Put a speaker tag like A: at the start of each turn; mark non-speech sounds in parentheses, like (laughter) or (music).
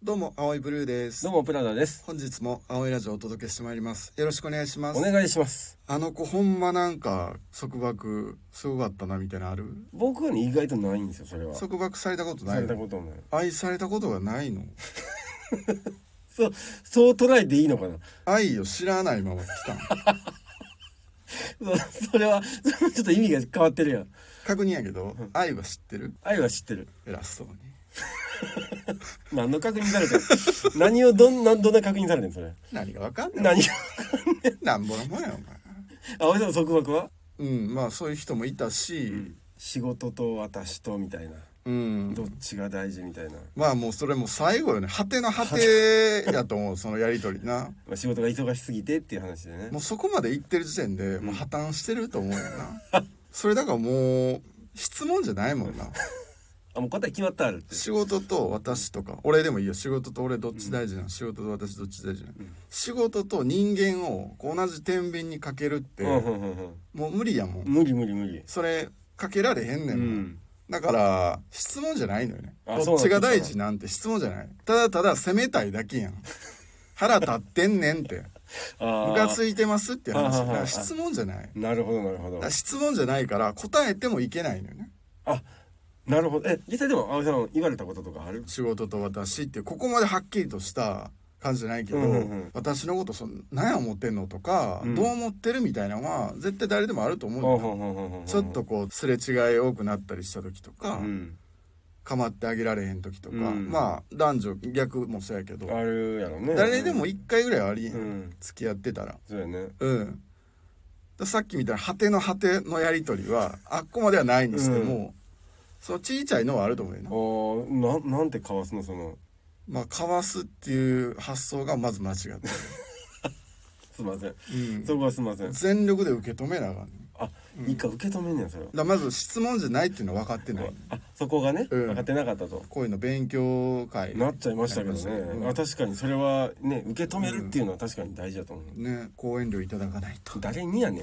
A: どうも、青いブルーです
B: どう。もプラダです。
A: 本日も青いラジオをお届けしてまいります。よろしくお願いしま
B: お
A: す。
B: 願いします。
A: あの子、ほんまなんか、束縛、すごかったな、みたいなのある
B: 僕はね意外とないんですよそれは。
A: 束縛されたことな
B: さ
A: い
B: れた
A: の
B: ことない。
A: 愛されたことがないの
B: そうそう捉えていいのかな。 (laughs)
A: 愛を知らないまま来たん
B: そうそれは (laughs) それはちょっと意味が変わってるやん。
A: 確認やけど、愛は知ってる
B: 愛は知ってる。
A: 偉そうに。
B: 何の確認されてる。 (laughs) 何をどんなどんな確認されてんそれ。
A: 何がわかん
B: (laughs)
A: ない。
B: 何。
A: なんぼのもんや、
B: 青井さんの束縛は？
A: お前。うん、まあそういう人もいたし、
B: 仕事と私とみたいな。
A: うん。
B: どっちが大事みたいな。
A: まあもうそれもう最後よね。果ての果てやと思う、そのやりとりな。
B: まあ仕事が忙しすぎてっていう話でね
A: も。うそこまで行ってる時点でもう破綻してると思うよ
B: (laughs)
A: な、それだからもう質問じゃないもんな
B: あもう答え決まったあるって。
A: 仕事と私とか俺でもいいよ仕事と俺どっち大事なの仕事と私どっち大事なの仕事と人間をこう同じ天秤にかけるって
B: うんうんうんうん。
A: もう無理やもん
B: 無理無理無理。
A: それかけられへんね
B: うん
A: もん、
B: ん。
A: だから質問じゃないのよね
B: あ
A: どっちが
B: そうなん
A: 大
B: です
A: 事なんて質問じゃないただただ責めたいだけやん腹立ってんねんって
B: あ
A: ムカ
B: あ。
A: ついてますって話だか
B: あー
A: ら質問じゃない
B: なるほどなるほど
A: だから。質問じゃないから答えてもいけないのよね
B: あなるほどえ実際でも青井さん言われたこととかある
A: 仕事と私ってここまではっきりとした感じじゃないけど、
B: うんうんうん
A: 私のことその何や思ってんのとか、
B: うん
A: どう思ってるみたいなのは絶対誰でもあると思うんだよち
B: ち
A: ょっとこうすれ違い多くなったりした時とか、
B: うん
A: 構ってあげられへん時とか、
B: うん
A: まあ男女逆もそうやけど、
B: あるやろね
A: 誰でも1回ぐらいはありえん、
B: うん
A: 付き合ってたら
B: そうやね
A: うんだからさっきみたいな果ての果てのやり取りはあっこまではないにしても、そのちいちゃいのはあると思うよな
B: あーななんてかわすのその
A: まあ、かわすっていう発想がまず間違ってる、
B: すいません
A: うん
B: そこはすいません
A: 全力で受け止めなあかんねんだか
B: あ一回受け止めんねんそれは
A: らまず質問じゃないっていうのは分かってない
B: あそこがね
A: うん
B: 分かってなかったと
A: こういうの勉強会
B: なっちゃいましたけど
A: なりました
B: ね
A: ね
B: あ確かにそれはね受け止めるっていうのは確かに大事だと思う
A: ね講演料いただかないと
B: 誰にやねん